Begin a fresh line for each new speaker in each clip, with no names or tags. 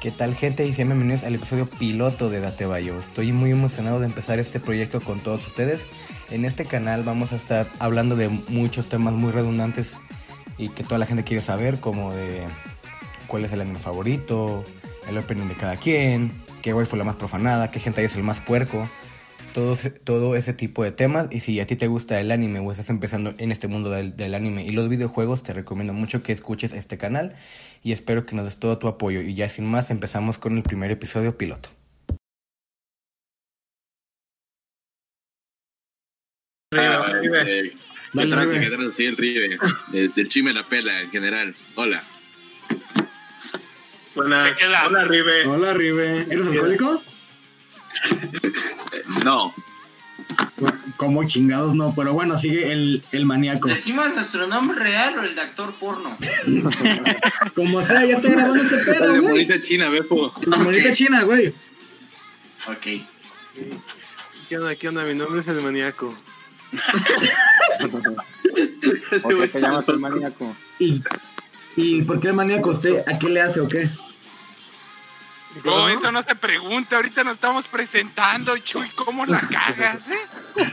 ¿Qué tal gente? Y sean bienvenidos al episodio piloto de Date Bayo. Estoy muy emocionado de empezar este proyecto con todos ustedes. En este canal vamos a estar hablando de muchos temas muy redundantes y que toda la gente quiere saber, como de cuál es el anime favorito, el opening de cada quien, qué guay fue la más profanada, qué gente es el más puerco, todo, ese- todo ese tipo de temas. Y si a ti te gusta el anime o estás empezando en este mundo del, del anime y los videojuegos, te recomiendo mucho que escuches este canal y espero que nos des todo tu apoyo. Y ya sin más, empezamos con el primer episodio piloto.
Ah,
Arriba, arriba.
eh, ¿Qué
Dale,
tranza,
Ribe.
qué tranza? Soy el Ribe. Desde el Chime la pela, en general. Hola.
Buenas.
Chequela.
Hola, Ribe.
Hola, Ribe. ¿Eres alcohólico?
Eh, no.
Como chingados no, pero bueno, sigue el, el maníaco.
¿Decimos nuestro nombre real o el de actor porno?
Como sea, ya estoy grabando este
Dale,
pedo, güey.
bonita china, Beppo.
La monita china, güey.
Ok.
¿Qué onda? ¿Qué onda? Mi nombre es el maníaco.
¿Por qué te llamas el maníaco?
¿Y, ¿Y por qué el maníaco usted? ¿A qué le hace o qué?
¿Cómo?
¿Cómo?
No, eso no se pregunta. Ahorita nos estamos presentando, Chuy. ¿Cómo la cagas, eh?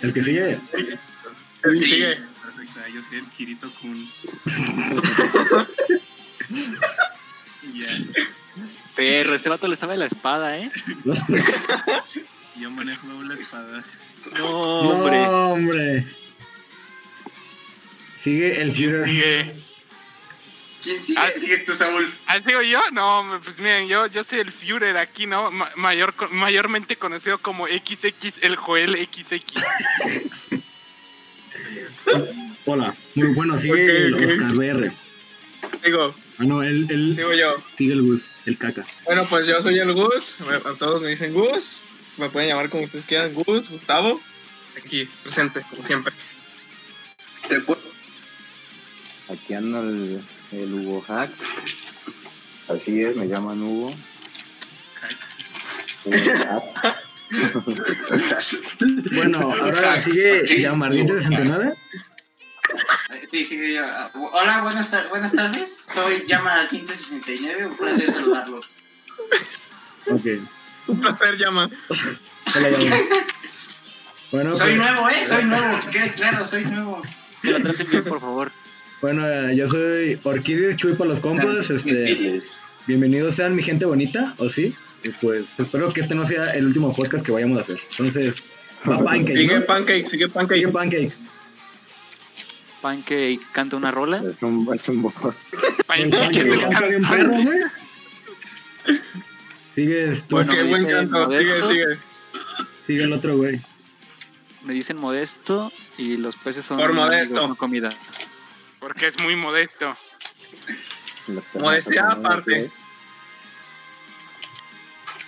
El que sigue.
Sí, sigue.
Perfecta, yo soy el Kirito Kun. y ya,
Perro, ese vato le sabe la espada, ¿eh?
yo manejo la espada.
No, hombre.
No, hombre. Sigue el Führer.
Sigue.
¿Quién sigue?
Ah.
¿Sigues tú, Saúl?
¿Ah, sigo yo? No, pues miren, yo, yo soy el Führer aquí, ¿no? Ma- mayor, co- mayormente conocido como XX, el Joel XX.
Hola. Muy bueno, sigue
Ok,
el
ok.
Oscar BR.
Digo,
Ah, no, el, el-
sigo yo.
sigue el Gus, el caca.
Bueno, pues yo soy el Gus. Me- A todos me dicen Gus. Me pueden llamar como ustedes quieran. Gus, Gustavo. Aquí, presente, como siempre.
Te puedo-
Aquí anda el, el Hugo Hack. Así es, me llaman Hugo. Hugo Hack.
Bueno, ahora sigue Yamardín de 69.
Eh, Sí, sigue yo. Ah, bu- Hola, buenas, tar- buenas tardes. Soy Llama 569. Un placer saludarlos.
Ok.
Un placer, llama.
Hola, Yamar. Bueno,
Soy
pues-
nuevo, ¿eh? Soy nuevo. Que quede claro, soy nuevo.
Que lo traten bien, por favor.
Bueno, eh, yo soy Orquídea Chuy para los compas. Este, bienvenidos sean mi gente bonita, ¿o sí? Y pues espero que este no sea el último podcast que vayamos a hacer. Entonces, va Pancake.
Sigue
¿no?
Pancake, sigue
Sigue
Pancake.
Pancake.
Pancake canta una rola.
Es un, es un bot.
Pancake es el
Canta bien
cantante.
perro, güey. Sigues tú,
Bueno,
Qué
me
buen
dicen
canto. Sigue,
Modesto.
sigue.
sigue el otro, güey.
Me dicen modesto y los peces son
Por
amigos,
modesto.
no comida.
Porque es muy modesto.
Los peces
Modestia
son amigos,
aparte.
¿eh?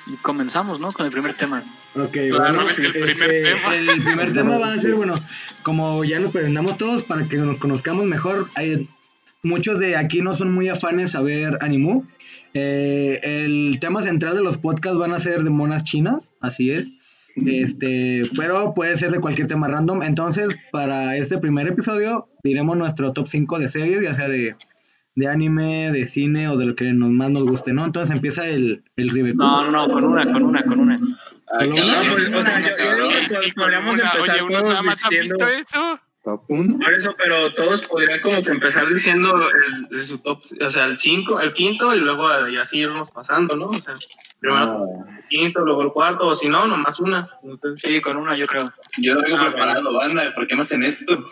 Y comenzamos, ¿no? Con el primer tema.
Ok,
Claro,
bueno,
Pues, es el primer
este,
tema.
el primer tema va a ser, bueno, como ya nos presentamos todos, para que nos conozcamos mejor, hay- muchos de aquí no son muy afanes a ver animu. Eh, el tema central de los podcasts van a ser de monas chinas, así es. Este, pero puede ser de cualquier tema random. Entonces, para este primer episodio, diremos nuestro top 5 de series, ya sea de, de anime, de cine o de lo que nos más nos guste, ¿no? Entonces empieza el, el Ribeco.
No, no, no, con una, con una, con una.
Ah,
Hola,
sí,
No,
hola,
pues, o sea, yo- yo creo
cabrón.
que pod-
Y con
podríamos
una-
empezar
oye, uno nada
todos
más ha
diciendo.
visto eso.
Top 1.
Por eso, pero todos podrían como que empezar diciendo el, el- su top, o sea, el 5, el quinto, y luego y así irnos pasando, ¿no? O sea, primero el quinto, luego el cuarto, o si no, nomás una. como ustedes
Sí, con una yo creo.
Yo no vengo
Ah,
preparado, banda. ¿Por qué me hacen esto?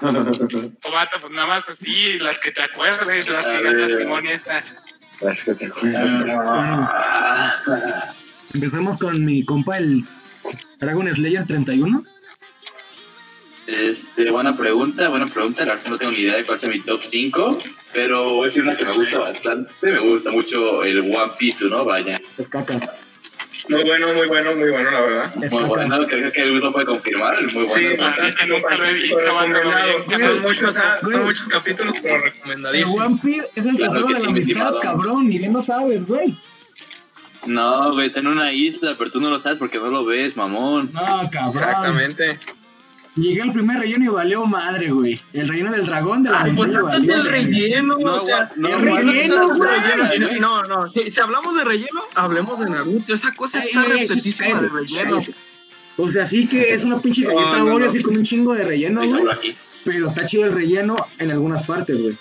O vato, pues nada más así, las que te acuerdes, las
Ah,
A
que gastas
ver.
timón y esta.
Las Ah, que te
Empezamos con mi compa el Dragon Slayer 31.
Este, buena pregunta, buena pregunta. La verdad es que no tengo ni idea de cuál sea mi top 5, pero voy a decir una que me gusta bastante. Me gusta mucho el One Piece, ¿no? Vaya.
Es caca.
Muy bueno, muy bueno, muy bueno, la verdad.
Es
Muy
caca.
bueno, creo que el gusto puede confirmar. Muy bueno.
Sí,
¿no?
fantástico.
nunca lo he visto,
Pero
banda,
recomendado.
güey.
Son muchos, ah,
Güey.
son muchos capítulos, pero
El
recomendadísimo.
One Piece es el
Claro
tesoro
que
de
sí,
la
mi
amistad,
estimado.
cabrón. Ni bien lo sabes, güey.
No, güey, está en una isla, pero tú no lo sabes porque no lo ves, mamón.
No, cabrón.
Exactamente.
Llegué al primer relleno y valió madre, güey. El relleno del dragón de la
Ay, pues
montaña
no tanto
valió.
el
verga.
relleno, o sea,
no,
el
no,
relleno,
no,
güey.
no,
No, no, si, si hablamos de relleno, hablemos de Naruto. Esa cosa está
Ey, ey, ey,
repetidísima de
espérate,
relleno.
espérate. O sea, sí que es una pinche galleta
No, no,
Oreo
no.
así con un chingo de relleno, güey.
Déjalo aquí.
Pero está chido el relleno en algunas partes, güey.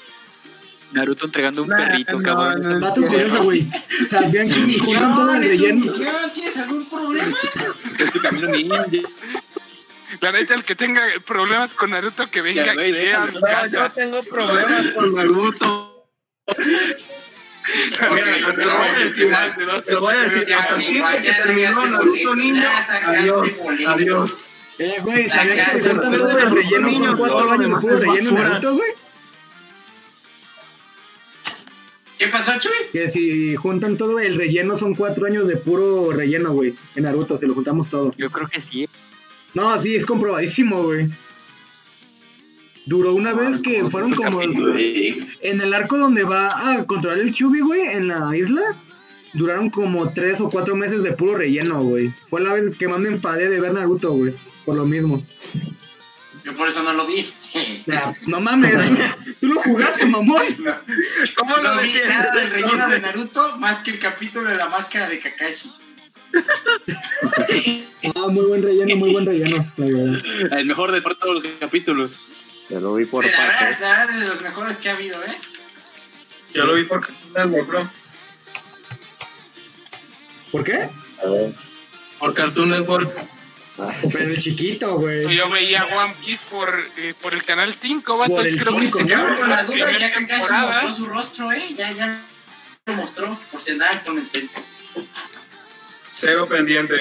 Naruto entregando un
Nah,
perrito,
no,
cabrón.
no,
Dato curioso, güey. ¿Sabían que si juntan todo el
Misión, es una
relleno?
misión. ¿Tienes algún problema?
Es su camino ninja.
La neta, el que tenga problemas con Naruto, que venga
Ya, güey,
aquí a mi
déjalo.
No, yo
casa.
tengo problemas con Naruto.
Mira, yo te lo voy a decir antes,
Te lo voy a decir,
Ya,
a partir
igual,
de que
ya
terminó
sacaste
Naruto
boleto,
niño,
ya sacaste
adiós,
boleto.
adiós.
Eh, güey, ¿sabían que si
Acá,
juntan
pero
todo el
los
relleno y son
niños,
cuatro
no,
años de
no,
puro
es
relleno en
basura.
Naruto, güey?
¿Qué pasó, Chuy?
Que si juntan todo el relleno son cuatro años de puro relleno, güey. En Naruto, si lo juntamos todo.
Yo creo que sí.
No, sí, es comprobadísimo, güey. Duró una vez que fueron como...
Sí.
En el arco donde va a controlar el Kyubi, güey, en la isla, duraron como tres o cuatro meses de puro relleno, güey. Fue la vez que más me enfadé de ver Naruto, güey. Por lo mismo.
Yo por eso no lo vi.
Nah, no mames, tú lo jugaste, mamón.
No,
¿Cómo lo
no vi nada del relleno de
defiendes?
Naruto más que el capítulo de la máscara de Kakashi.
Ah, muy buen relleno, muy buen relleno, la verdad.
El mejor de por todos los capítulos.
Te lo vi por
De la verdad,
parte.
la verdad, de los mejores que ha habido, ¿eh?
Yo lo vi porque Network, bro.
¿Por qué?
A ver.
Por Cartoon Network.
Pero el chiquito, güey.
Yo veía One Piece por, eh, por el canal 5, vato.
Por el
creo que
cinco,
se
¿no?
quedó
Cabrón,
con
con la
la
duda,
primera
ya Kakashi mostró
temporada.
su rostro, ¿eh? Ya, ya lo mostró por cenar con el pelo.
Cero pendiente.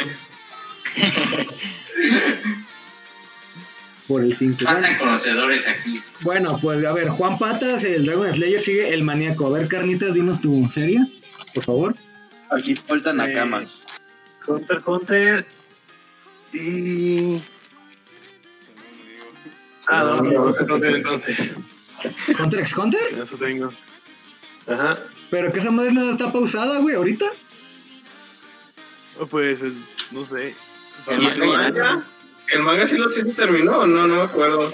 Por el 5.
Faltan conocedores aquí.
Bueno, pues a ver, Juan Patas, el Dragon Slayer sigue el maníaco. A ver, Carnitas, dinos tu serie, por favor.
Aquí faltan nakamas.
Hunter x Hunter. Y. Ah, no, no, no, no, entonces.
Hunter x Hunter.
Eso tengo. Ajá.
Pero que esa madre no está pausada, güey, ahorita.
Oh, Pues, el- no sé.
¿Y el manga? ¿El manga sí lo sí se terminó? o No, no me acuerdo.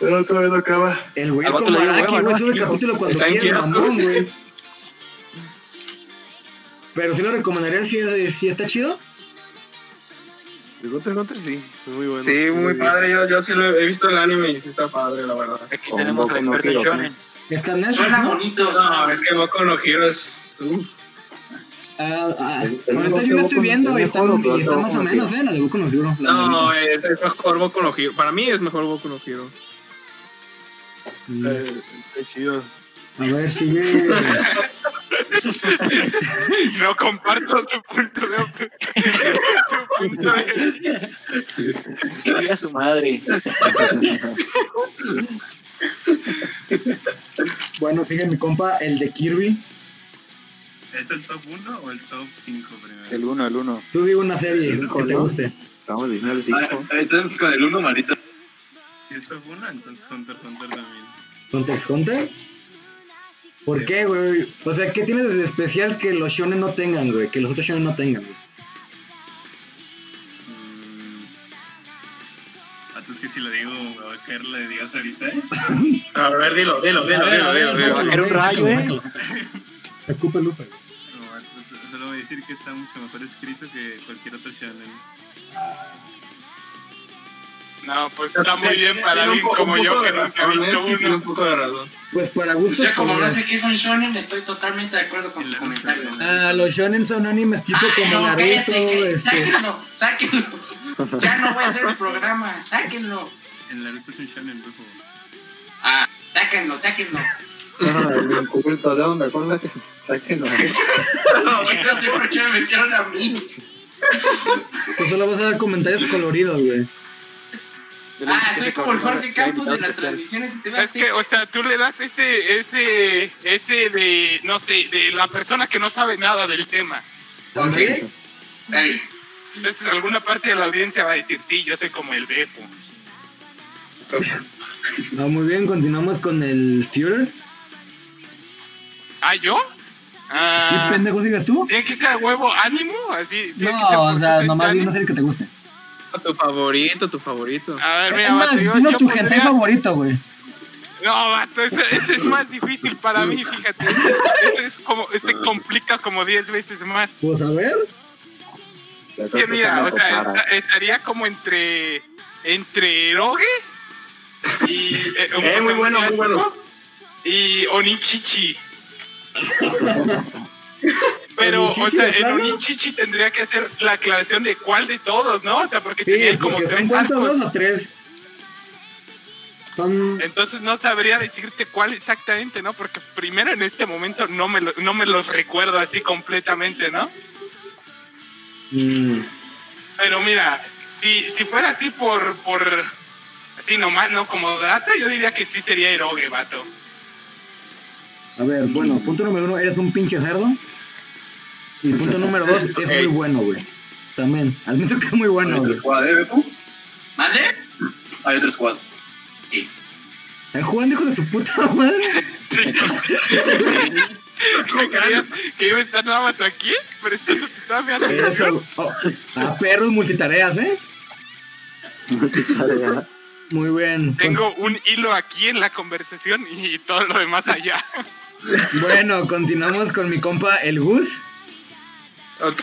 Pero todavía no acaba.
El güey
Al
es
vato
como
le dio
Araki,
hueva,
güey,
¿no?
sube el capítulo cuando
Está
quiere,
inquieto.
mamón, güey. Pero sí lo recomendaría si, eh, si está chido.
El Hunter x Hunter sí, es muy bueno.
Sí, muy
bien.
padre. Yo, yo sí lo he visto el anime y sí está padre, la verdad.
Aquí
Con
tenemos
Boku
al
no
experto
Hero,
Shonen.
Está en Netflix,
Suena
¿no?
bonito.
No, es que Boku no Hero es... uf.
Ah, ah,
El- el
ahorita
Boku
yo la
no
estoy
Hero,
viendo y
el
está,
Boku no Hero,
y está más o
Boku no
menos, ¿eh? La de Boku no Hero. la
eh,
No, es, es mejor Boku no Hero. Para mí es mejor Boku no Hero.
bonita.
Eh, Está chido.
A ver, sigue.
No comparto su punto de opinión. Su punto de-
Chinga su madre.
bueno, sigue mi compa, el de Kirby.
¿Es el top 1 o el top 5 primero?
El 1, el 1.
Tú di una serie que te guste.
Estamos diciendo el 5.
Ah, Estamos con el uno, manito.
Si es top 1, entonces Hunter x Hunter también.
¿Hunter x Hunter? ¿Por qué, güey? O sea, ¿qué tienes de especial que los shonen no tengan, güey? Que los otros shonen no tengan, güey.
Mm. Ah, tú es que si lo digo, me va a caer la de Dios ahorita, ¿eh?
A ver, dilo, dilo, dilo, dilo, dilo. dilo.
Era un rayo, ¿eh?
Escupe Lupe.
No, pues, solo voy a decir que está mucho mejor escrito que cualquier otro shonen.
No, pues está muy bien para
Tiene un
alguien
po-
como
un
yo
poco
que
de
nunca
razón,
he visto
¿eh? Sí, tiene
uno.
un poco de razón.
Pues para
Pues
gustos.
yo como no sé
colores.
qué es un shonen, estoy totalmente de acuerdo con
En
tu
la
comentario.
noche.
Ah, los shonen son animes tipo
Ay,
como
no,
Naruto,
cállate, que-
este.
sáquenlo, sáquenlo. Ya no voy a hacer el programa, sáquenlo.
En la es un shonen, por favor.
Ah, sáquenlo, sáquenlo.
Oculto, no, mejor saque- sáquenlo.
No sé por qué me metieron a mí.
Tú solo vas a dar comentarios coloridos, güey.
Ah, soy como el Jorge Campos de las transmisiones de TV
Es que,
Azteca.
o sea, tú le das ese, ese, ese de, no sé, de la persona que no sabe nada del tema.
Ok. Está bien.
Entonces, alguna parte de la audiencia va a decir, sí, yo soy como el Befo.
Ah, muy bien, continuamos con el Führer.
¿Ah, yo?
¿Qué
Ah,
pendejo sigues tú?
¿Tiene que ser a huevo ánimo? Así, ¿tiene que ser
No, o
por
sea,
su
nomás di
ánimo?
una serie que te guste.
Tu favorito, tu favorito.
A ver,
Es
mira,
más,
vato, yo,
dinos
yo
tu
pondría-
hentai favorito, güey.
No, vato, ese, ese es más difícil para mí, fíjate. Este, es como, este complica como 10 veces más.
Pues a ver.
Es que mira, o sea, esta- estaría como entre. Entre Eroge y. Eh,
Eh, muy bueno, muy bueno.
Y Onichichi. Pero, o
¿Onichichi
sea,
de
en
plano?
Onichichi tendría que hacer la aclaración de cuál de todos, ¿no? O sea, porque
Sí,
tenían como
porque son
tres
cuántos,
arcos.
dos o tres. Son.
Entonces no sabría decirte cuál exactamente, ¿no? Porque primero en este momento no me, lo- no me los recuerdo así completamente, ¿no?
mm,
Pero mira, si, si fuera así por, por así nomás, ¿no? Como data, yo diría que sí sería Eroge, vato.
a ver, bueno, punto número uno, eres un pinche cerdo. Y punto número dos, es muy bueno, güey. También, admito que es muy bueno,
Hay
güey.
otro squad, ¿eh, Beto?
¿Mande?
Hay otro squad.
El Juan, hijo de su puta madre.
¿Cómo creías que iba a estar nada más aquí? Pero esto no te estaba mirando.
Eso. oh, a perros multitareas, ¿eh? Muy bien.
Tengo un hilo aquí en la conversación y todo lo demás allá.
Bueno, continuamos con mi compa, el Gus.
Ok.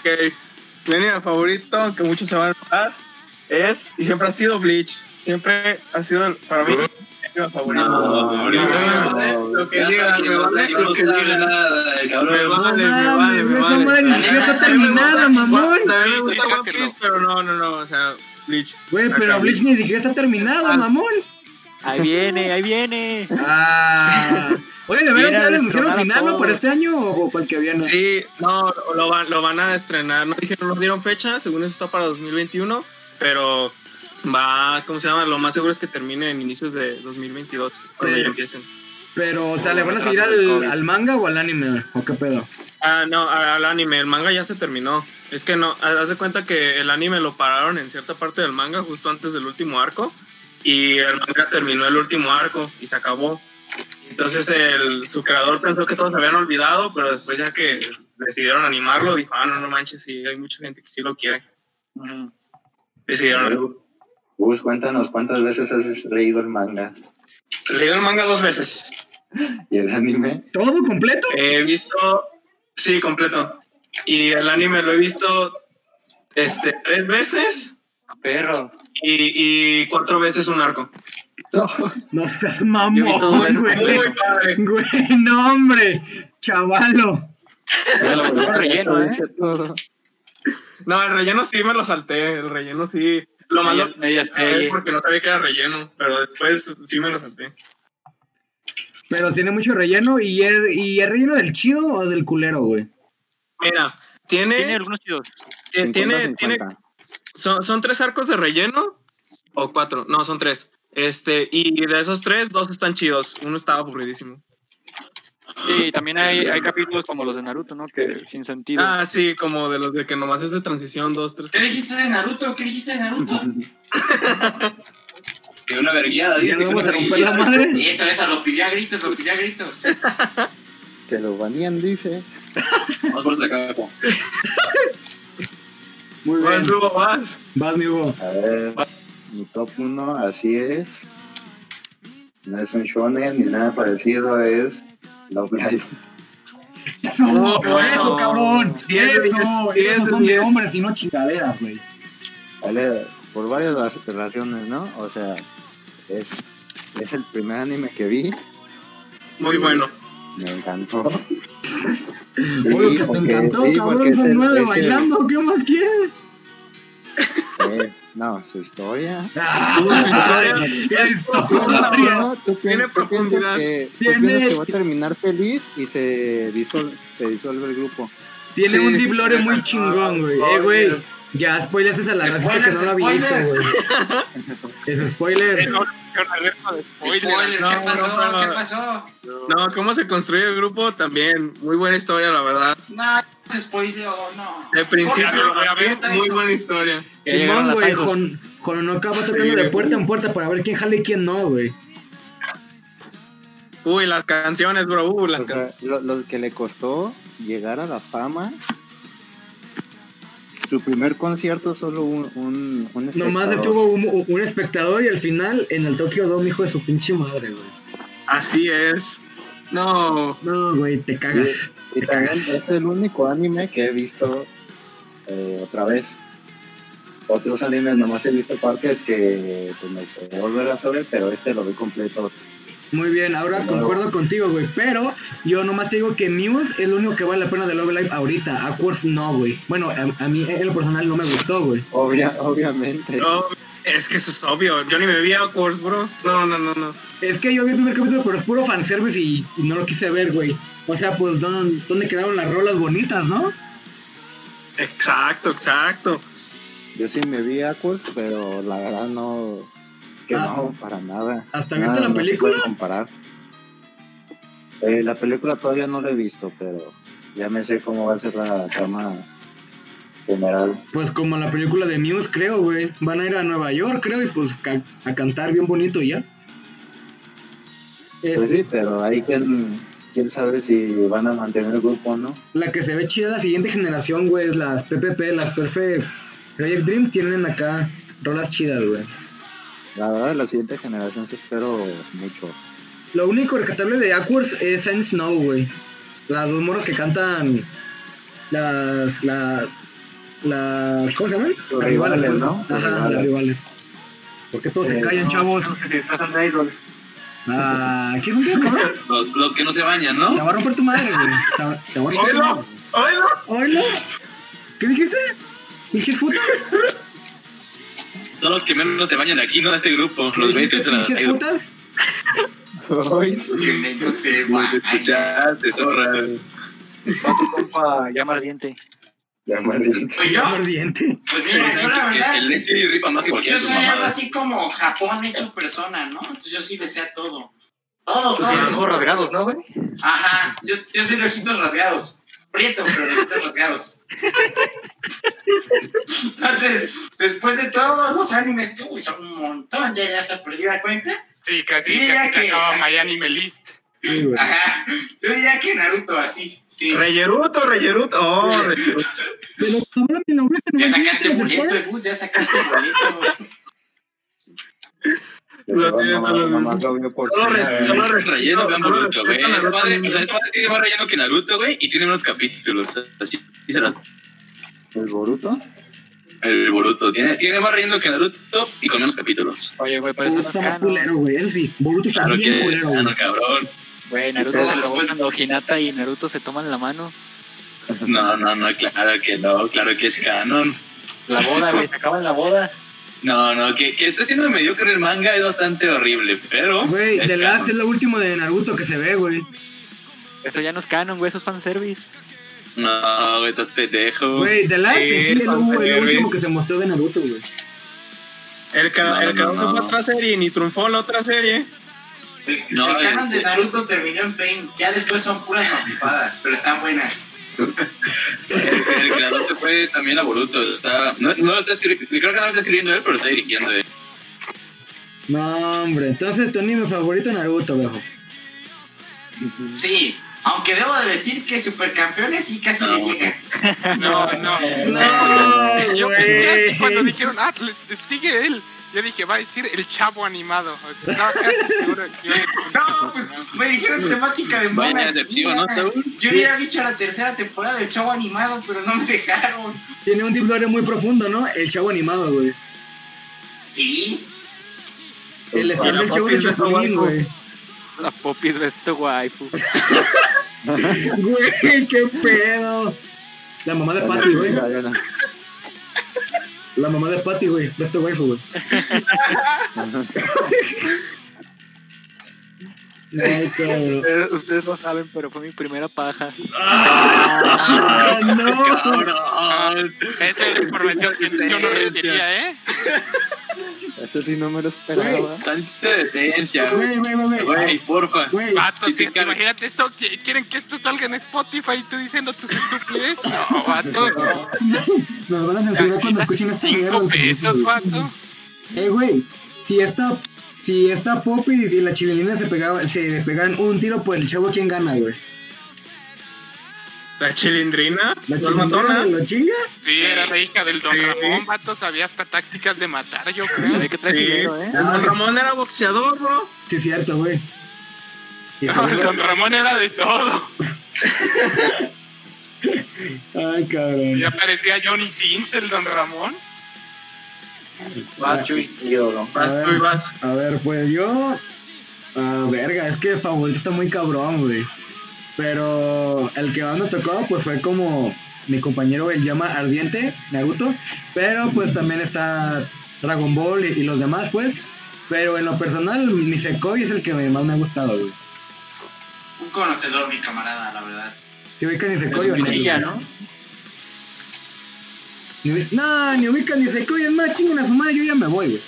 Mi anime favorito, que muchos se van a enojar, es y siempre ha sido Bleach. Siempre ha sido para mí mi anime favorito. Lo que digan, me vale lo que digan. Me vale, me vale, me
esa madre ni
vale.
siquiera está
También me gusta
terminada, mamón.
También me gusta One
Sáquenlo.
Piece, pero no, no, no, o sea, Bleach.
Güey, pero Bleach ni siquiera está terminada,
Ah.
mamón.
Ahí viene, ahí viene.
Ah. Oye, ¿de veras
Mira,
ya les pusieron
destronaron
final, no?
todo.
¿Para este año o o para el que viene?
Sí, no, lo van, lo van a estrenar. No dijeron, no dieron fecha, según eso está para 2021, pero va, ¿cómo se llama? Lo más seguro es que termine en inicios de 2022, cuando
Sí.
ya empiecen.
Pero, o sea, ¿le van a
Ah,
seguir
del
al,
COVID.
al manga o al anime? ¿O qué pedo?
Ah, no, a- al anime, el manga ya se terminó. Es que no, ha- haz de cuenta que el anime lo pararon en cierta parte del manga justo antes del último arco y el manga terminó el último arco y se acabó. Entonces el, su creador pensó que todos se habían olvidado, pero después ya que decidieron animarlo, dijo, ah, no, no manches, sí, hay mucha gente que sí lo quiere. Decidieron.
Gus, cuéntanos cuántas veces has leído el manga
Leí el manga dos veces.
y el anime.
¿Todo completo?
He visto, sí, completo. Y el anime lo he visto este, tres veces.
Ah, Perro.
y, y cuatro veces un arco.
No seas
Yo he visto dos
mamón,
veces
güey.
Muy padre.
Güey, no, hombre. Chavalo.
Un relleno, ¿eh?
No, el relleno sí me lo salté, el relleno sí. Lo malo este
Media- media serie.
porque no sabía que era relleno, pero después sí me lo salté.
Pero tiene mucho relleno y es, y es relleno del chido o del culero, güey.
Mira, tiene,
Tiene algunos chidos.
ti- tiene,
50-50.
tiene, son, son tres arcos de relleno o cuatro, no, son tres. Este, y de esos tres, dos están chidos. Uno estaba aburridísimo.
Sí, también hay, hay capítulos como los de Naruto, ¿no? Que sin sentido.
Ah, sí, como de los de que nomás es de transición, dos, tres.
¿Qué dijiste de Naruto? ¿Qué dijiste de Naruto?
Que una
Ah,
verguiada,
Ya
dice.
nos
que
vamos a
una
romper la
verguiada.
madre.
Eso, eso, lo pillé a gritos, lo pillé a gritos.
Que lo banían, dice.
Vamos por ese capo.
Muy bien.
Más luego más.
Vas, mi Hugo.
A ver, mi top 1, así es. No es un shonen ni nada parecido, es Love Live.
Eso,
Oh, bueno.
eso, cabrón.
Diez de diez,
eso,
diez
esos
de
son de
diez.
hombres y no chingaderas, güey.
Vale, por varias ra- razones, ¿no? O sea, es, es el primer anime que vi,
Muy bueno.
me encantó.
Oye,
Sí,
que te
porque-
encantó,
sí, porque
cabrón.
es
Son
el-
nueve
es el-
bailando. ¿Qué más quieres?
eh, no, su historia.
Ay, la historia.
No, tú pi-
Tiene
tú piensas
profundidad.
que- tú
Tiene-
piensas que va a terminar feliz y se disuelve, se disuelve el grupo.
Sí.
Tiene un deep lore muy chingón, güey. Eh, güey. Ya spoileaste a la racita que no la
Spoilers,
viste, güey. Es spoiler.
No, no, no, spoiler.
Spoilers,
no,
¿qué
no,
pasó?
pero-
¿Qué pasó?
No, cómo se construye el grupo también. Muy buena historia, la verdad.
No, se spoileó, no.
De principio,
Corta,
a ver,
corta
muy
eso.
buena historia.
Ya llegaron
Simón,
las
güey,
idols.
con, con Onoka va tocando de puerta en puerta para ver quién jala y quién no, güey.
Uy, las canciones, bro. Uy, las
O sea,
canciones.
lo, lo que le costó llegar a la fama su primer concierto solo un, un, un
Nomás
espectador.
detuvo un, un espectador y al final en el Tokyo Dome, hijo de su pinche madre, güey.
Así es. No.
No, güey, te cagas.
Y también es el único anime que he visto eh, otra vez. Otros animes nomás he visto partes que pues, me hizo volver a saber, pero este lo vi completo.
Muy bien, ahora concuerdo contigo, güey. Pero yo nomás te digo que Muse es lo único que vale la pena de Love Live ahorita. Aquars no, güey. Bueno, a, a mí en lo personal no me gustó, güey.
Obvia, obviamente.
No, es que eso es obvio. Yo ni me vi a Course, bro. No, no, no, no.
Es que yo vi el primer capítulo, pero es puro fanservice y, y no lo quise ver, güey. O sea, pues, ¿dónde, dónde quedaron las rolas bonitas, no?
Exacto, exacto.
Yo sí me vi Aquos, pero la verdad no. Que no, para nada.
Ah. ¿Hasta
Nada,
viste la
no se
película?
puede comparar. Eh, la película todavía no la he visto, pero ya me sé cómo va a ser la trama general.
Pues como la película de Muse, creo, güey. Van a ir a Nueva York, creo, y pues ca- a cantar bien bonito y ya.
Pues
Este,
sí, pero ahí quién, quién sabe si van a mantener el grupo o no.
La que se ve chida es la siguiente generación, güey, es las PPP, las Perfect Project Dream tienen acá rolas chidas, güey.
La verdad, la siguiente generación sí espero mucho.
Lo único rescatable de Aquars es Saint Snow, güey. Las dos moros que cantan las las las ¿cómo se llaman?
Los
Las
rivales,
pues.
¿no? Los
Ajá, las
rivales. Eh,
rivales. Porque todos se callan, chavos. Ah, ¿qué es un tío, cabrón?
Los, los que no se bañan,
Te
¿no?
voy a romper tu madre, güey. Te va- Te voy a romper tu
¡Oilo!
madre.
¡Oilo!
¡Oilo! ¿Qué dijiste? ¿Pinches putas?
Son los que menos se bañan aquí, ¿no? De este grupo. Los veis que te las
¿Pinches putas?
Que no se
Los
bañan.
escuchaste, zorra.
Pato, compa, llama ardiente.
Ya me olvidé.
Pues yo,
Mordiente.
pues mira, yo la verdad,
El leche y ripa más que cualquiera
yo
de sus
soy algo
mamadas.
así como Japón hecho persona, ¿no? Entonces yo sí deseo todo. Todo,
Pues bien,
todo.
ojos rasgados, ¿no, güey?
Ajá, yo, yo soy de ojitos rasgados. Prieto, pero de ojitos rasgados. Entonces, después de todos los animes que uy, son un montón, ya ya está perdida cuenta.
Sí, casi,
Mira
casi se
que-
acaba My Anime List.
Sí, güey.
Ajá, yo diría que Naruto así, sí.
Reyeruto, reyeruto. Oh, reyeruto.
De los cabrones de la obrera,
Ya
nomás dijiste que
sacaste
se
boleto
fueron.
de bus, ya sacaste boleto.
Lo siento,
Nomás-
lo
nomás lo veo por
Solo
ti.
res- solo res-
Relleno, vean
solo
Boruto, güey.
respetan a
Esa
Naruto
madre,
Ninja.
o sea, esa madre tiene más relleno que Naruto, güey, y tiene menos capítulos. Así se las.
¿El Boruto?
El Boruto tiene, tiene más relleno que Naruto y con menos capítulos.
Oye, güey, pero eso
Boruto
no es
está más
canon.
culero, güey. Eso sí, Boruto está
Claro
bien
que
culero, güey.
ah, no, cabrón.
Güey, Naruto
Pero
se acabó
después-
cuando Hinata y Naruto se toman la mano.
No, no, no, claro que no, claro que es canon.
La boda, güey, se acaba en la boda.
No, no, que, que esté siendo mediocre el manga es bastante horrible, pero.
Güey,
es
The Last es
canon.
lo último de Naruto que se ve, güey.
Eso ya no es canon, güey, eso es fanservice.
No, güey, estás pendejo.
Güey, The Last en sí
Sí,
es lo,
fanservice.
el último que se mostró de Naruto, güey.
El ca-
No,
el
no,
cabrón se fue a
no.
otra serie y ni triunfó en la otra serie.
El,
No,
el canon
este-
de Naruto terminó en Pain, ya después son puras notifadas, pero están buenas.
El, el creador se fue también a Boruto. Está, no, no lo está escribiendo, creo que no lo está escribiendo él, pero lo está dirigiendo él.
No, hombre, entonces tu anime favorito Naruto, viejo.
Sí, aunque debo de decir que Supercampeones sí casi
No.
le llega.
No, no. Yo pensé así cuando dijeron, ah, les- les sigue él. Yo dije, va a decir el chavo animado. O sea, estaba casi seguro que iba a-
No, pues me dijeron temática de mona.
Vaya decepción, ¿no, Saúl?
Yo hubiera dicho la tercera temporada del show animado, pero no me dejaron.
Tiene un deep lore muy profundo, ¿no? El chavo animado, güey.
Sí,
El
Para
stand del chavo de
Papis Besto
Chapulín,
Waifu.
güey.
La popis besto waifu.
Güey, qué pedo. La mamá de Patty, güey. La mamá de Patty, güey. Besto waifu, güey. Ay, cabrón.
Ustedes, Eh, ustedes no saben, pero fue mi primera paja.
Ah, no.
Cabrón.
Esa es este, información que yo no recibiría, ¿eh?
Eso sí no me lo esperaba.
Tanta decencia, güey.
Güey, güey, güey,
Güey,
güey.
porfa.
Güey,
Vato,
Sí,
si-
sí, cabe.
imagínate esto, qui- quieren que esto salga en Spotify y tú diciendo tus estupideces. No, vato, no.
nos van a censurar cuando escuchen esta mierda.
Cinco pesos, vato.
Eh, güey, si esta, si esta Popis y la chilelina se, pegaba, se pegaban un tiro por el chavo, ¿quién gana, güey?
La chilindrina.
¿La
¿Los matona?
chingona lo chinga?
Sí, era la hija del don Ramón, vato, sabía hasta tácticas de matar, yo creo.
que
Sí.
eh?
Don Ramón era boxeador, bro.
Ah, Sí, es cierto, güey. Y
No, el
seguro-
don Ramón era de todo.
Ay, cabrón.
Ya parecía Johnny Sins, el don Ramón.
Ah,
Más ídolo.
A
Vas tú y
ver,
vas.
a ver, pues yo. Ah, verga, es que favorito está muy cabrón, güey. Pero el que más me tocó, pues fue como mi compañero el llama ardiente, Naruto. Pero pues también está Dragon Ball y, y los demás, pues. Pero en lo personal, Nisekoi es el que me- más me ha gustado, güey.
Un conocedor, mi camarada, la verdad.
¿Sí ubican Nisekoi
Pero
o no?
Pinilla, ¿no?
Ni ubi- No, ni ubican Nisekoi, es más, chinguen a su madre, yo ya me voy, güey.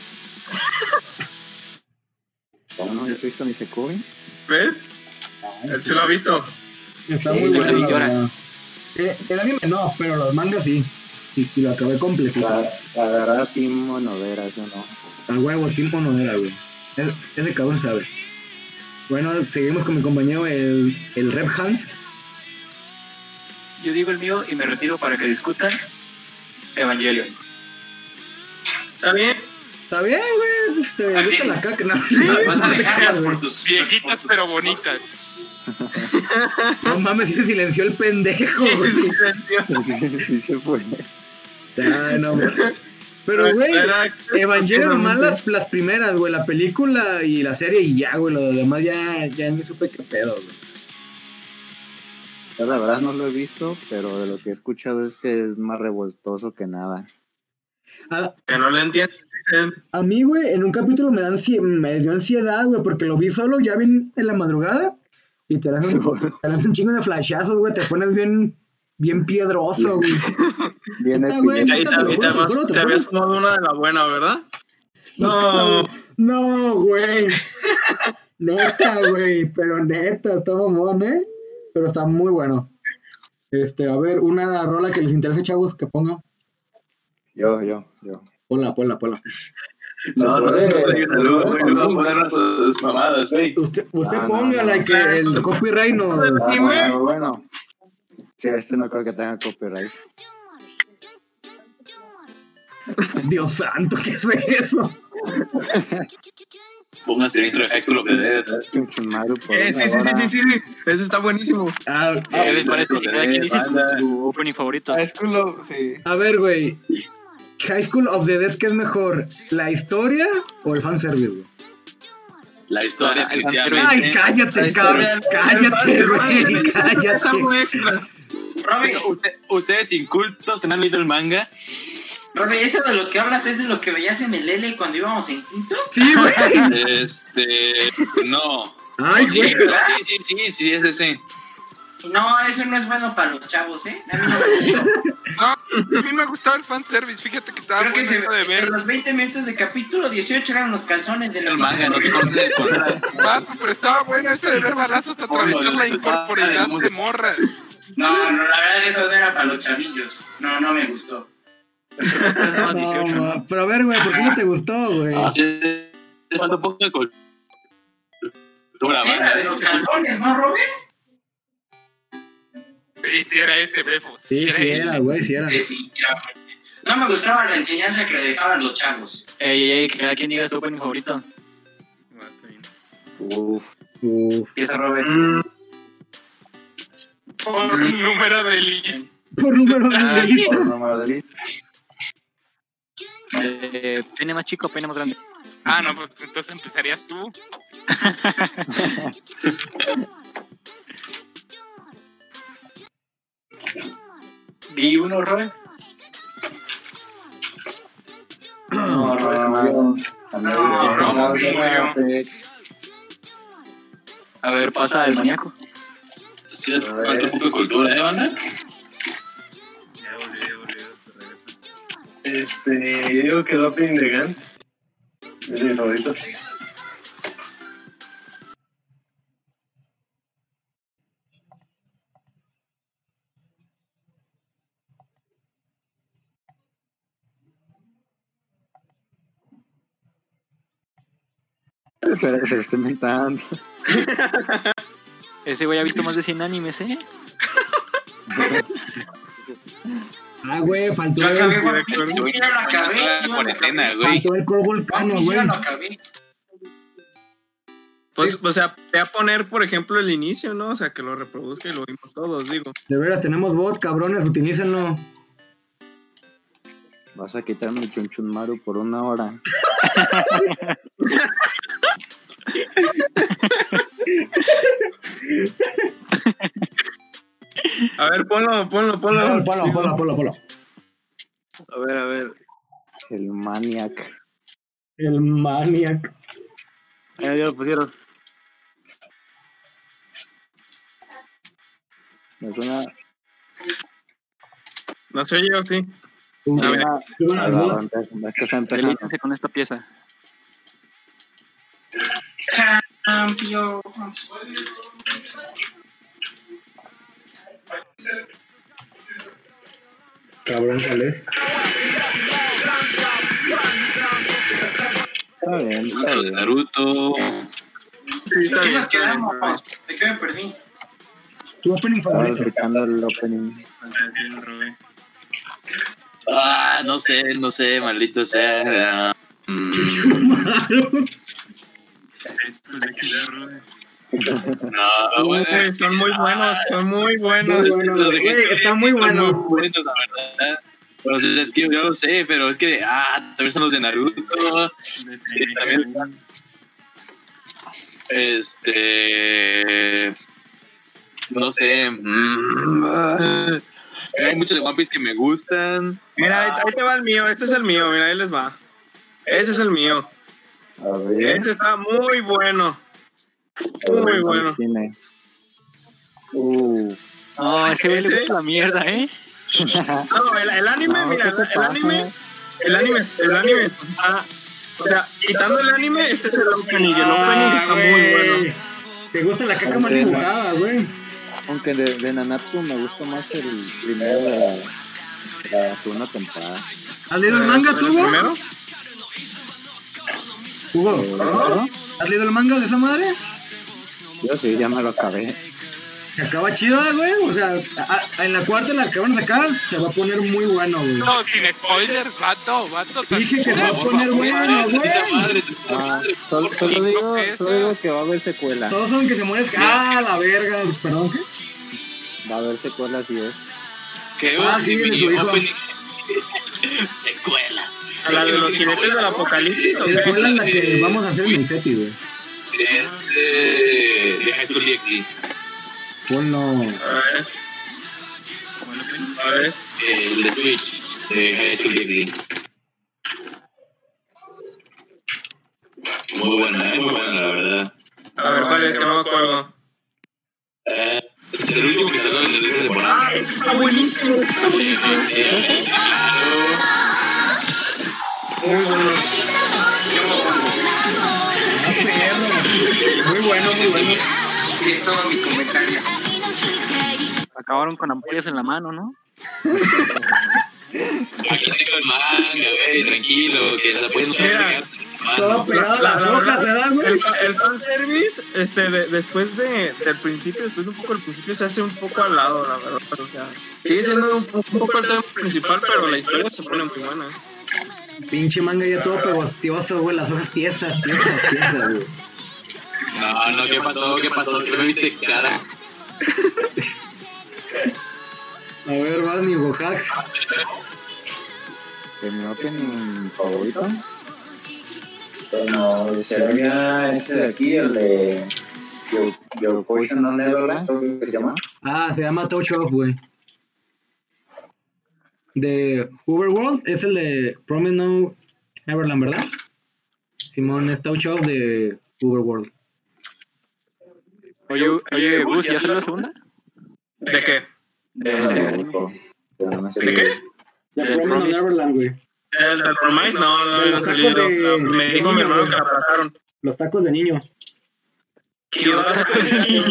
¿Cómo no has visto ni Secovi?
¿Ves? Él se lo ha visto.
Está
Sí,
muy
la
bueno. la
señora.
verdad. Eh, El anime no, pero los mangas sí. Y, y lo acabé completo.
La, la verdad, Tim Monovera, yo no.
A huevo, tiempo no era, güey. Es- Ese cabrón sabe. Bueno, seguimos con mi compañero, el, el Rep Hunt.
Yo digo el mío y me retiro para que discutan. Evangelion.
¿Está bien?
Está bien, güey. pues, Te
Está
gusta
bien.
la caca, no.
Vas a
no te
dejarlas
creas, güey.
por tus.
Viejitas pero bonitas.
No mames, sí se silenció el pendejo.
Sí, sí,
güey.
sí. tío.
sí se fue.
Ay, Ah, no, güey. Pero, güey,
Era-
Evangelion nomás las, las primeras, güey. La película y la serie y ya, güey. Lo demás ya, ya ni supe qué pedo, güey.
Yo, la verdad no lo he visto, pero de lo que he escuchado es que es más revoltoso que nada.
A-
Que no le entienden.
A mí, güey, en un capítulo me, dan, ansie- me dio ansiedad, güey, porque lo vi solo, ya bien en la madrugada, y te das un, te das un chingo de flashazos, güey, te pones bien, bien piedroso, güey.
Bien
Está bueno.
Y ahí
epiléptico.
Te lo
te,
juro,
y te habías- te
te lo juro, te lo
habías
juro.
tomado una de la buena, ¿verdad? No.
No, no, güey. Neta, güey, pero neta, está mamón, ¿eh? Pero está muy bueno. Este, a ver, una rola que les interese, chavos, que ponga.
Yo, yo, yo.
Ponla, ponla, ponla.
No, no, no,
Joder.
no, no, no, no, poner nuestras mamadas, güey.
Usted, usted
Ah, no,
ponga la
no.
que el copyright no...
Ah,
Sí, güey.
bueno, bueno. Sí, este no creo que tenga copyright.
Dios santo, ¿qué es eso?
Pónganse dentro de Hector of the Dead. ¿eh?
Chunchumaru por
Eh, sí,
una
sí, sí,
hora.
sí, sí, sí. Ese está buenísimo.
Ah,
¿Qué les parece si cada quien dice
Banda.
su, su opening favorito?
es que lo. Sí.
A ver, güey. High School of the Dead, ¿qué es mejor? ¿La historia o el fanservice, güey?
La historia,
Ah, el
efectivamente.
Ay, cállate, cabrón. Cállate, güey.
Es algo
Cállate.
extra.
Robbie,
Usted- ustedes incultos que no han leído el manga.
Robbie, eso de lo que hablas es de lo que veías en el L cuando íbamos en quinto.
Sí, güey.
Este. No.
Ay,
sí,
güey.
¿verdad? sí, sí, sí, sí, es ese.
No, eso no es bueno para los chavos, ¿eh? A mí no me gustó.
A mí me gustaba el fanservice, fíjate que estaba
Creo que
bueno
se,
eso de
en
ver.
los 20 minutos de capítulo 18 eran los calzones del
El manga, no reconocen el contraste.
Vato, pero estaba bueno eso de ver balazos hasta
Oh,
atravesar la incorporidad de morras.
No, no, la verdad eso no era para los chavillos. No, no me gustó.
No,
No,
18, ¿no?
ma, pero a ver, güey, ¿por qué no te gustó, güey?
Así es. Le falta un poco de ¿eh? cultura,
Sí, la de
banda.
los calzones, ¿no, Robbie?
Y si era ese, befo.
Sí, sí era, güey, sí era.
Definitivamente. No me gustaba la enseñanza que le dejaban los chavos.
Ey, ey, ey, que cada quien diga su opening favorito.
Uf,
Uf.
Empieza Robert.
Mm.
Por un número de lista.
Por número de
Ah,
delito.
por número de lista.
Eh, pene más chico, pene más grande.
Ah, no, pues entonces empezarías tú.
Di uno, Robert.
No, Robert se murió. También
No,
murió.
Robert
Murió.
murió.
A ver, pasa el maníaco.
Sí, le falta un poco de cultura, ¿eh, banda?
Ya volvió, ya volvió. se regresa.
Este, yo digo que Doping de Gantz es mi favorito.
Se, se está inventando.
Ese güey ha visto más de 100 animes, ¿eh?
Ah, güey, faltó
Yo
el,
acabé One Piece, güey, yo lo
La
acabé. yo lo acabé.
cuarentena, güey.
faltó el Core Volcano,
Yo
güey.
lo acabé.
Pues, o sea, voy a poner, por ejemplo, el inicio, ¿no? O sea, que lo reproduzca y lo vimos todos, digo.
De veras, tenemos bot, cabrones, utilícenlo.
Vas a quitarme el chunchunmaru por una hora.
A ver, ponlo, ponlo, ponlo.
Polo, polo, polo, polo, polo.
A ver, a ver. El maniac.
El Maniac.
Ya, ya lo pusieron.
Me suena,
No sé yo, sí.
Suban,
A ver.
suban
Ah,
al
va,
bot.
va, va, es que está empezando.
Delítense con esta pieza.
Cambio.
Cabrón, ¿cuál es?
Está bien,
Los
está
de
bien.
Naruto.
Sí,
¿De
está
qué
bien,
nos
está bien,
quedamos? Pues,
está bien.
¿De qué me perdí?
Tu opening
Estaba
favorito.
escuchando el opening.
Ah, no sé, no sé, maldito sea. Ah, Mm,
pues,
no,
Uy,
Ah,
pues,
bueno, es que-
son muy buenos, son muy buenos.
Muy buenos.
Los de
Güey,
Hell's
está
Kitchen
muy
son
bueno.
muy buenos, la verdad. Pero, o sea, es que yo lo sé, pero es que, ah, también son los de Naruto. Sí, también están. Este. No sé. mm, ah, Hay muchos de One Piece que me gustan.
Mira, ahí, ahí te va el mío, este es el mío, mira, ahí les va. Ese es el mío.
A ver.
Este está muy bueno. Muy bueno.
Tiene. Uh,
Ah,
No, ese güey le
¿ese?
gusta la mierda, ¿eh?
No, el, el anime,
no,
mira,
¿qué
el,
te
el
pasa?
anime, el anime, el anime está. O sea, quitando el anime, este es el opening. El
Ah,
opening está muy bueno.
¿Te gusta la caca más dibujada, güey?
Aunque de, de Nanatsu me gusta más el primero de la, la segunda temporada.
¿Has leído el manga, tú,
¿El
güey?
primero?
Hugo,
Ah.
Pero
¿has leído el manga de esa madre?
yo sí, ya me lo acabé.
Se acaba chida, güey. O sea, a- a- en la cuarta en la que van a sacar se va a poner muy bueno, güey.
No, sin spoilers, vato, vato.
Dije que se va a
Por
poner
favor,
bueno, güey.
Ah, solo, solo digo, solo digo que va a haber secuela.
Todos son que se muere. Ah, la verga. Perdón, ¿qué?
Va a haber secuela, así es.
Que
Ah,
oh,
sí,
mi
de su hijo.
opening- Secuelas.
¿A la de los jinetes del apocalipsis o
Es
qué?
la que vamos a hacer en el SETI, güey.
Este. De High School DxD.
Ponlo.
A ver. A ver.
El de Switch. De High School DxD. Muy buena, eh, muy buena, la verdad.
A ver, ¿cuál es? Que no me acuerdo.
Eh, es el último que salió en la tercera temporada.
Está buenísimo, está buenísimo.
Eh,
Muy bueno. Muy bueno, muy bueno.
Y es todo mi comentario.
Acabaron con ampollas en la mano, ¿no?
Aquí tengo el manga, güey, tranquilo, que la pueden usar.
Mira,
para pegar tu mano.
Todo pegado a
La-
las
la
hojas,
verdad,
¿verdad, güey?
El, el fanservice, este, de- después de, del principio, después un poco del principio, se hace un poco al lado, la verdad. O sea, sigue siendo un, po- un poco el tema principal, pero la historia se pone muy buena.
Pinche manga ya todo pegostioso, güey. Las hojas tiesas, tiesas, tiesas, güey.
No, no, ¿qué pasó? ¿Qué pasó? ¿Qué me viste cara?
A ver, vas, mi Hugo Hacks.
de mi opening favorito. Bueno, sería este de aquí, el de Yo- Yokoi no Neverland, creo que se llama.
Ah, se llama Touch Off, güey. De Uberworld es el de Promise No Neverland, ¿verdad? Simón es Touch Off de Uberworld.
Oye, oye, Gus, ¿ya salió la segunda?
¿De qué?
De
No,
ese
no,
anime.
no, no, no sé.
¿De qué?
De
Promised Promised.
Neverland, güey.
¿El del Promise? No, no, no, no, no, no, me dijo mi hermano que la pasaron.
Los tacos de niño.
Que iba a salir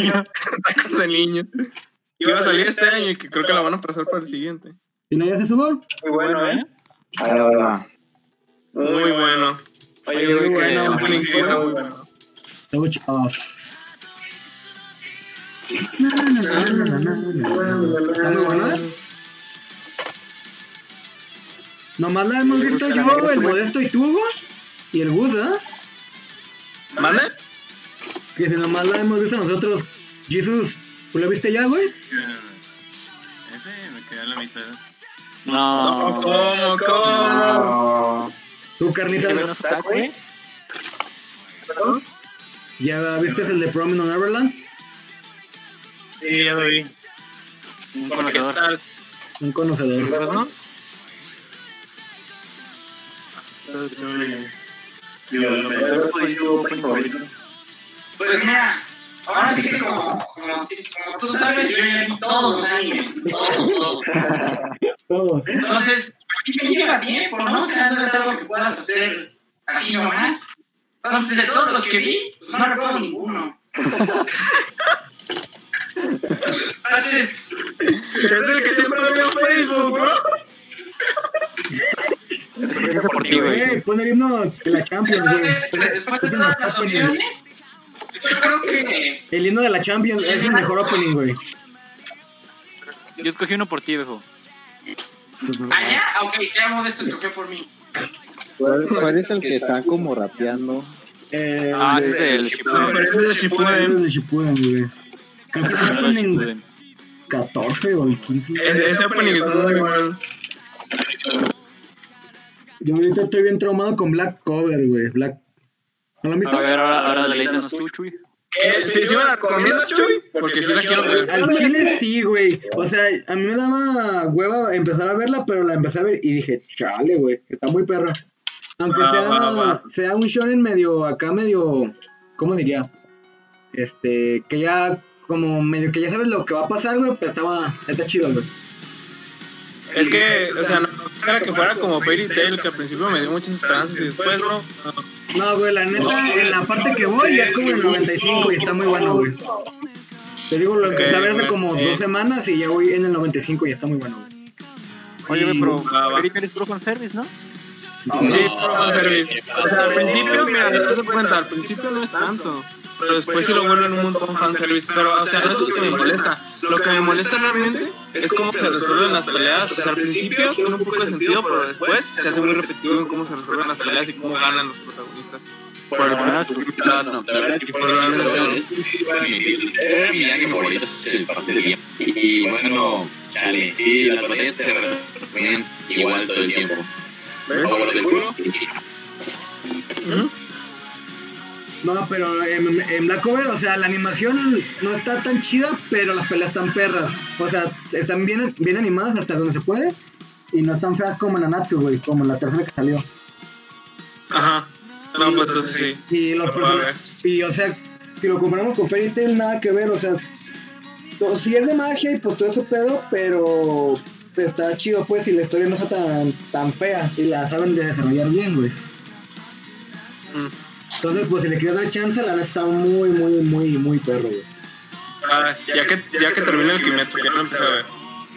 Tacos de niño. Que iba a salir este año y que creo que la van a pasar para el siguiente.
¿Y no ya se subo?
Muy bueno, ¿eh?
Ahí va, va.
Muy bueno.
Oye, güey, que
El
la
opening sí está muy bueno.
Touch Off. ¿Está muy buena? Nomás la hemos visto yo, el Modesto y tú, Hugo, y el Gus, ¿verdad?
¿Manda?
Que si nomás la hemos visto nosotros, Jesus, ¿tú la viste ya, güey?
Ese me quedó en la mitad.
No.
¿Cómo, cómo?
¿Tú, Carnitas, ya viste el de Prom in Neverland?
Sí, ya lo vi.
Un
Bueno, ¿qué
conocedor.
tal?
Un conocedor.
¿No?
Digo, lo mejor fue yo, fue mi favorito.
Pues mira, ahora sí que como, como, como tú sabes, yo ya vi todos los animes. Todos, todos.
Todos.
Entonces, sí me lleva tiempo, ¿no? O sea, no es algo que puedas hacer así nomás. Entonces, de todos los que vi, pues no recuerdo ninguno. Entonces,
Es el que siempre lo veo en Facebook, ¿no?
Experiencia por ti, güey.
Güey, Eh, pon el himno de la Champions, güey.
entonces, después de todas las opciones, yo creo que
El himno de la Champions es el mejor opening, güey.
Yo escogí uno por ti, viejo.
allá, ok, ya Modesto escogió por mí.
¿Cuál, cuál es el que está como rapeando?
Eh,
Ah,
el
ese es
de-
el
No, pero ese es de
el
Shippuden.
de Shippuden, güey. Creo que es el
este,
opening 14 o el 15. güey.
Ese, ese opening está muy bueno.
Yo ahorita estoy bien traumado con Black Cover, güey. Black... ¿No lo han visto?
A ver, ahora, ahora deleítanos tú, Chuy.
Eh, sí, sí me la recomiendas, Chuy, porque sí la quiero ver.
Al chile sí, güey. O sea, a mí me daba hueva empezar a verla, pero la empecé a ver y dije, chale, güey, está muy perra. Aunque
Ah,
sea,
va, va.
sea un shonen medio, acá medio, ¿cómo diría? Este, que ya, como medio que ya sabes lo que va a pasar, güey, pues estaba, está chido, güey.
Es que, o sea, no era que fuera como Fairy Tail, que al principio me dio muchas esperanzas y después, bro.
No, güey, la neta, en la parte que voy ya es como el 95 y está muy bueno, güey. Te digo, lo empecé a ver hace
güey.
como dos semanas y ya voy en el 95 y está muy bueno, güey.
Oye, güey, pero
Ah, va.
Fairy Tail es puro fanservice, ¿no?
Sí, pero va a servir. O sea, al principio, mira, te das cuenta, al principio no es tanto. Pero después sí lo vuelven un montón fanservice. Pero, o sea, no es lo que me molesta. Lo que me molesta realmente es cómo se resuelven las peleas. O sea, al principio tiene un poco de sentido, pero después se hace muy repetitivo en cómo se resuelven las peleas y cómo ganan los protagonistas.
Por lo menos,
sea,
no, la verdad es que por lo menos, era mi anime favorito, el pastel. Y bueno, chale, sí, las batallas se resumen igual todo el tiempo. O lo del culo,
No, pero en, en Black Cover, o sea, la animación no está tan chida, pero las peleas están perras. O sea, están bien, bien animadas hasta donde se puede. Y no están feas como en Anatsu, güey, como en la tercera que salió.
Ajá. No, pues entonces sí.
Y los
Ah, vale.
personajes. Y o sea, si lo comparamos con Fairy Tail, nada que ver, o sea. es- o- Sí es de magia y pues todo ese pedo, pero está chido, pues, y la historia no está tan, tan fea. Y la saben de desarrollar bien, güey.
Mm.
Entonces, pues, si le quieres dar chance, la neta está muy, muy, muy, muy perro, güey.
Ah, ya que, ya que termina el Kimetsu, que no empecé a ver.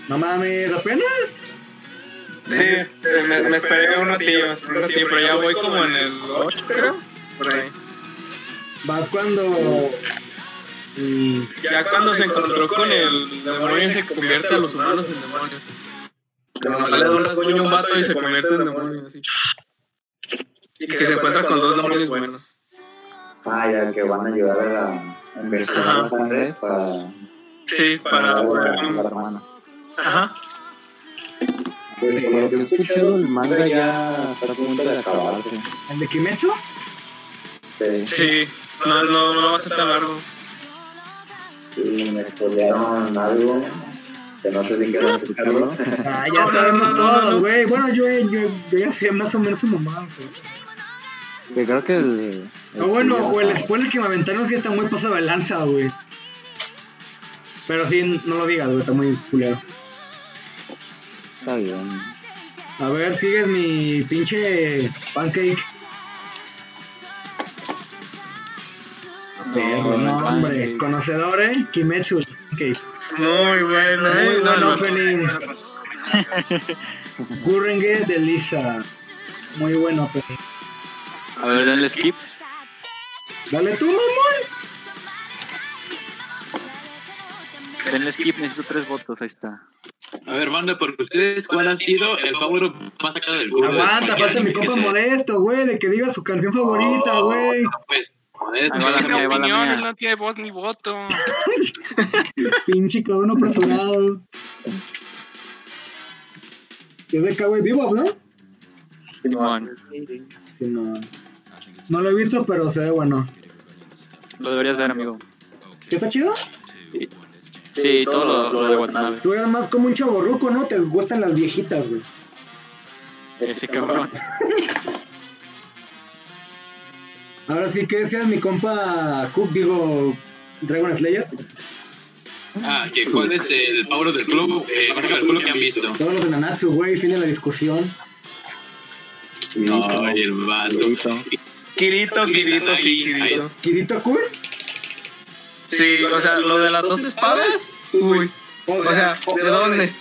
No mames, apenas.
Sí, me, me esperé un ratillo, me esperé un ratillo, pero ya voy como en el 8, creo. Por ahí.
Vas cuando. Mm,
Ya cuando se encontró con el demonio y se convierte a los humanos en demonios. Nomás le da un rasguño a un vato y se convierte en demonio. Así. Y que se encuentra con dos demonios buenos.
Ah, ya, que van a ayudar a, a investigar la sangre para,
Sí,
para,
para.
la hermana.
Ajá.
Pues, por lo que he escuchado, el manga ya está a punto de acabarse.
¿El de Kimetsu?
Sí.
Sí, no, no, no va a ser tan largo.
Y me spoilearon algo que no sé si quiero explicarlo.
Ah,
No,
ya
no,
sabemos
no, no,
todo,
no.
güey. Bueno, yo, yo, yo ya sé más o menos su mamá, güey.
que creo que el.
Ah, bueno, o el spoiler que me aventaron sí está muy pasado de lanza, güey. Pero sí, no lo digas, güey, está muy culero.
Está bien.
A ver, sigues mi pinche pancake. Perro, no, Eh, hombre, conocedor, eh, Kimetsu. Pancake.
Muy bueno,
Muy
eh. No,
buen
no,
opening. Gurrenge de Lisa. Muy buen opening.
A ver, dale skip.
Dale tú, mamón.
Denle skip, necesito tres votos, ahí está.
A ver, banda, por ustedes, ¿cuál ha sido el power up más sacado del culo?
Aguanta, falta mi compa modesto, güey, de que diga su canción favorita, güey.
Ah, Pues,
No
modesto.
tiene opinión, él no tiene voz ni voto.
Pinche cabrón apresurado. Es de acá, güey, vivo, ¿no?
Simón,
Sí, no. No lo he visto, pero se ve bueno.
lo deberías ver, amigo.
¿Qué está chido?
Sí, todo lo, lo de Watanabe.
Tú eres más como un chaborruco, ¿no? Te gustan las viejitas, güey.
Ese Este cabrón.
Ahora sí que seas mi compa Cook, digo, Dragon Slayer.
Ah, que ¿cuál es el power up del club? Eh, marca del culo que han visto.
Todos los de Nanatsu, güey, fin de la discusión.
No, el vato.
Kirito, Kirito, sí, Kirito.
¿Kirito Kun?
Sí, o sea, lo de las dos espadas, uy. O sea, ¿de dónde?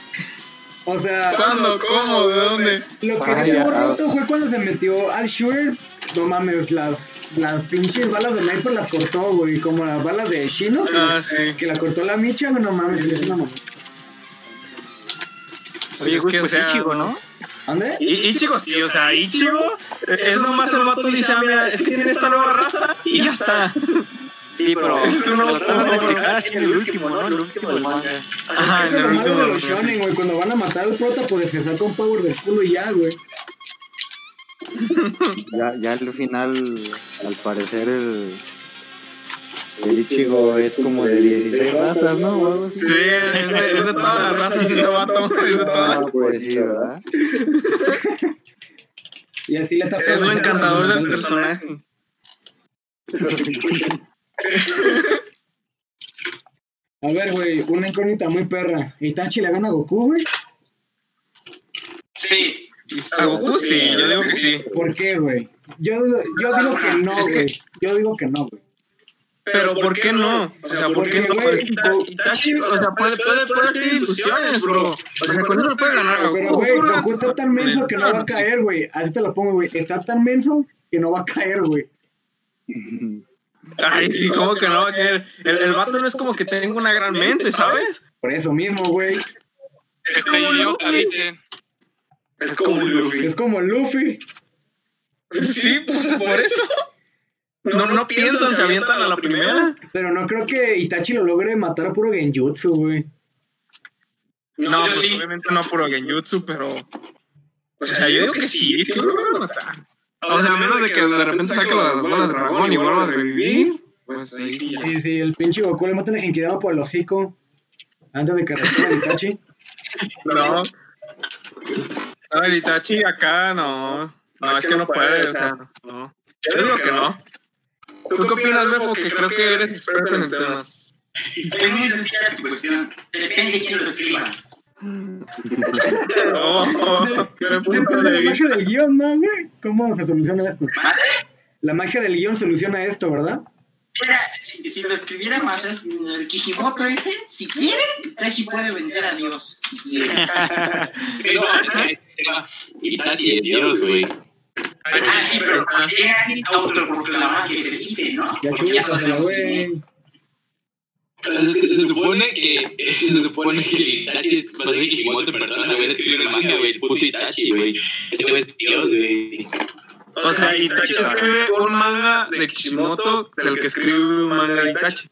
O sea,
¿Cuándo? ¿Cómo? ¿De dónde?
Lo que
Ah,
dio
ya.
roto fue cuando se metió al shooter. No mames, las, las pinches balas de sniper las cortó, güey. Como las balas de Shino. que-
Ah, sí.
Que la cortó la Micha, güey, no mames. Es una mamá.
Oye,
Oye,
es
güey,
que, o
pues
sea,
Ichigo, ¿no?
¿Ande?
I- Ichigo sí, o sea, Ichigo eh, es nomás el vato dice, ah, mira, es que tiene esta nueva raza y ya está.
Sí, pero.
Es un
lo
otro,
tratan de
otro.
explicar así en el último, ¿no? El último del manga.
Ajá,
Eso es lo malo de los shonen, güey. Cuando van a matar al prota, pues se saca un power del culo y ya, güey.
Ya, ya al final, al parecer, el, el Ichigo es como de 16 ratas, ¿no? O algo así.
Sí, es de, es de todas las razas ese vato, es de
Ah,
todas.
pues sí, ¿verdad?
Y así le tapa
Es lo
los ojos a
encantador
los
del
malos.
personaje.
A ver, güey, una incógnita muy perra. ¿Itachi le gana a Goku, güey?
Sí.
A Goku Ah, sí, yo digo que sí.
¿Por qué, güey? Yo, yo digo que no,
Es que-
güey. Yo digo que no, güey.
Pero ¿por qué no? O sea, ¿por qué no?
Porque, güey,
Ita- Itachi, o sea, puede, puede, puede hacer ilusiones, bro. O sea, con eso no puede ganar. Goku.
Pero, güey,
Goku no-
Goku está tan menso que no va a caer, güey. Así te lo pongo, güey. Está tan menso que no va a caer, güey.
Ay, sí, ¿cómo que no va a caer? El, el vato no es como que tenga una gran mente, ¿sabes?
Por eso mismo, güey.
Es como idiota, dice.
Es como un Luffy.
Es como Luffy.
Sí, pues por eso. No, no piensan, se avientan a la primera.
Pero no creo que Itachi lo logre matar a puro genjutsu, güey.
No,
yo
pues
sí.
obviamente no puro genjutsu, pero. O sea, yo digo que sí, sí lo van a matar. O sea, a menos de que de repente saque las bolas de dragón y vuelva a revivir. Pues ahí sí. ya.
Y si el pinche Goku le matan a Genkidama por el hocico antes de que responda a Itachi.
No. No, el Itachi acá no. No, es que no puede, o sea, no. Yo digo que no. ¿Tú qué opinas, Befo? Que creo que eres experto en el tema.
Es muy sencilla tu cuestión. Depende de quién lo escriba.
No, pero punto
Depende de
de
la
vista.
magia del guión, ¿no, güey? ¿Cómo se soluciona esto? La magia del guión soluciona esto, ¿verdad?
Mira, si, si lo escribiera más el Kishimoto ese, si quiere, Itachi puede vencer a Dios. Si quiere.
Pero es que Itachi es Dios, güey.
Ah, sí, pero llegan y autoproclaman que se dice, ¿no?
Ya
Porque ya
chupas,
todos sabemos
güey.
quién es.
Es que Se supone que se supone que Itachi es más de Kishimoto en persona, güey. Escribe el manga, güey. El puto Itachi, güey. Ese güey es Dios, güey.
O sea, Itachi escribe un manga de Kishimoto del que escribe un manga de Itachi.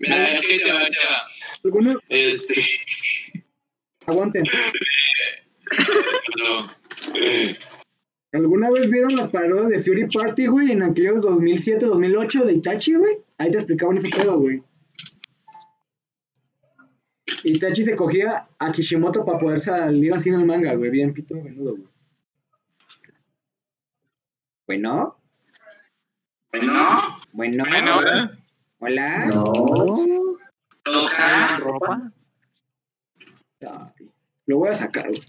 Mira, es que ahí te va, ahí te va.
Algunos
Este.
Pues, aguanten.
No.
¿Alguna vez vieron las parodias de Fury Party, güey? En aquellos 2007-2008 de Itachi, güey. Ahí te explicaban ese pedo, güey. Itachi se cogía a Kishimoto para poder salir así en el manga, güey. Bien pito menudo, güey. Bueno,
¿No?
bueno.
Bueno,
Hola.
No.
Ojalá.
¿Ropa?
Ay, Lo voy a sacar, güey.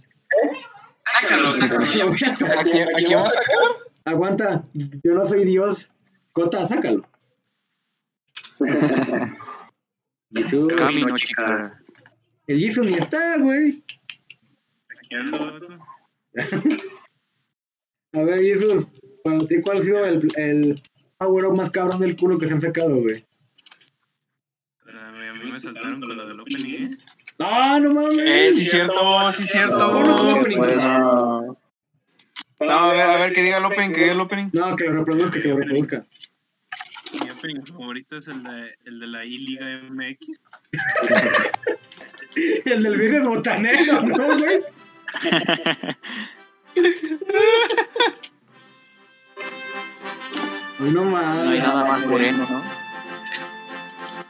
Sácalo,
Lo
sácalo.
voy a sacar.
vas a sacar?
Aguanta, yo no soy Dios. Cota, sácalo. Jesús.
Camino, chica.
El Jesus ni está, güey.
¿Qué onda, vato?
A ver, Jesus, para ti, ¿cuál ha sido el, el power up más cabrón del culo que se han sacado, güey?
Ah, Me mí me saltaron con lo del opening, ¿eh?
Ah, no mames.
Eh, sí, cierto, sí, cierto.
Bueno,
No, a ver, a ver, que diga el opening, que diga el opening.
No, que lo reproduzca, que lo reproduzca.
Mi opening favorito es el de, el de la I-Liga MX.
El del viernes botanero, ¿no, güey? Ay, no mames.
No hay nada más moreno, ¿no?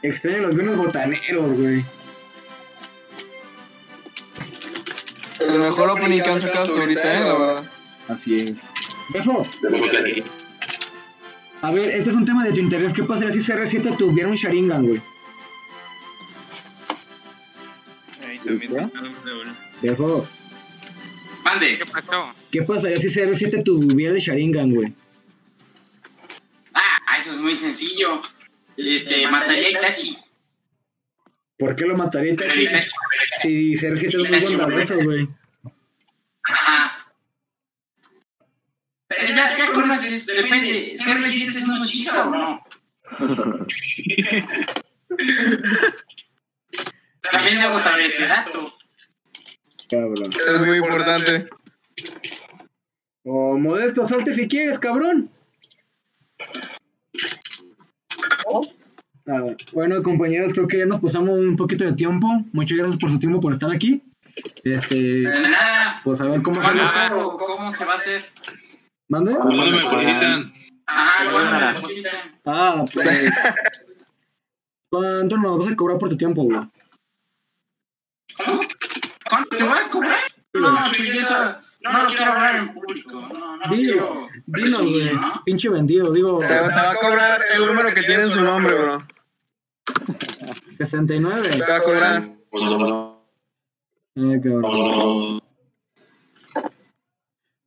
Extraño los viernes botaneros, güey.
El mejor opening que han sacado hasta ahorita, eh, la verdad.
Así es. Befo, a ver, este es un tema de tu interés. ¿Qué pasaría si CR7 tuviera un Sharingan, güey?
Ahí también
¿Ya?
saltaron de oro.
Befo,
Mande.
¿Qué pasó?
¿qué pasaría si CR7 tuviera el Sharingan, güey?
Ah, eso es muy sencillo. Este, mataría a Itachi.
¿Por qué lo mataría
Pero
Itachi?
Itachi-
Si CR7 es muy bondadoso, güey.
Ajá. Pero ya, ya conoces, depende. ¿Ser residente es un chica o no? También debo saber ese dato.
Cabrón.
Es muy importante.
O modesto, salte si quieres, cabrón. Ah, bueno, compañeros, creo que ya nos pasamos un poquito de tiempo. Muchas gracias por su tiempo, por estar aquí. Este,
De nada.
pues a ver cómo se
¿Cuándo,
nos...
cuándo, ¿Cómo se va a hacer?
¿Mande?
¿Cuándo me depositan?
Ajá, ¿cuándo me depositan?
Ah, pues... ¿Cuánto nos vas a cobrar por tu tiempo, güey?
¿Cómo? ¿Cuánto te voy a cobrar? No, chuy, eso no lo quiero hablar en público. No, no lo
Dilo,
quiero.
dilo,
presumir,
güey.
Pues ¿no?
Pinche vendido, digo,
Te, te va a cobrar el número que tiene en su nombre, bro.
69.
Te va a cobrar.
Ay, Ah, cabrón.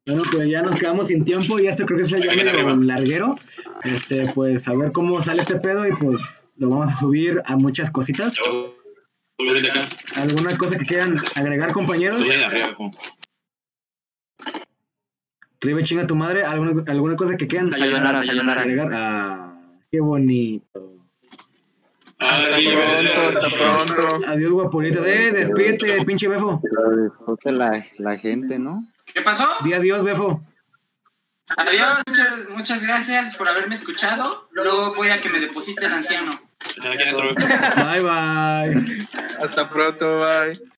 Bueno, pues ya nos quedamos sin tiempo y esto creo que es el ya medio larguero. Este, pues a ver cómo sale este pedo y pues lo vamos a subir a muchas cositas. ¿Alguna cosa que quieran agregar, compañeros? Ribe chinga tu madre. ¿Alguna, alguna cosa que quieran
Sayonara, sayonara.
agregar? Ah, qué bonito.
Hasta pronto, hasta pronto.
Adiós, guapurita. Eh, despídete, pinche befo.
Pero disfrute pues, la, la gente, ¿no?
¿Qué pasó?
Di adiós, befo.
Adiós, muchas, muchas gracias por haberme escuchado. Luego voy a que me deposite el anciano.
Bye, bye.
Hasta pronto, bye.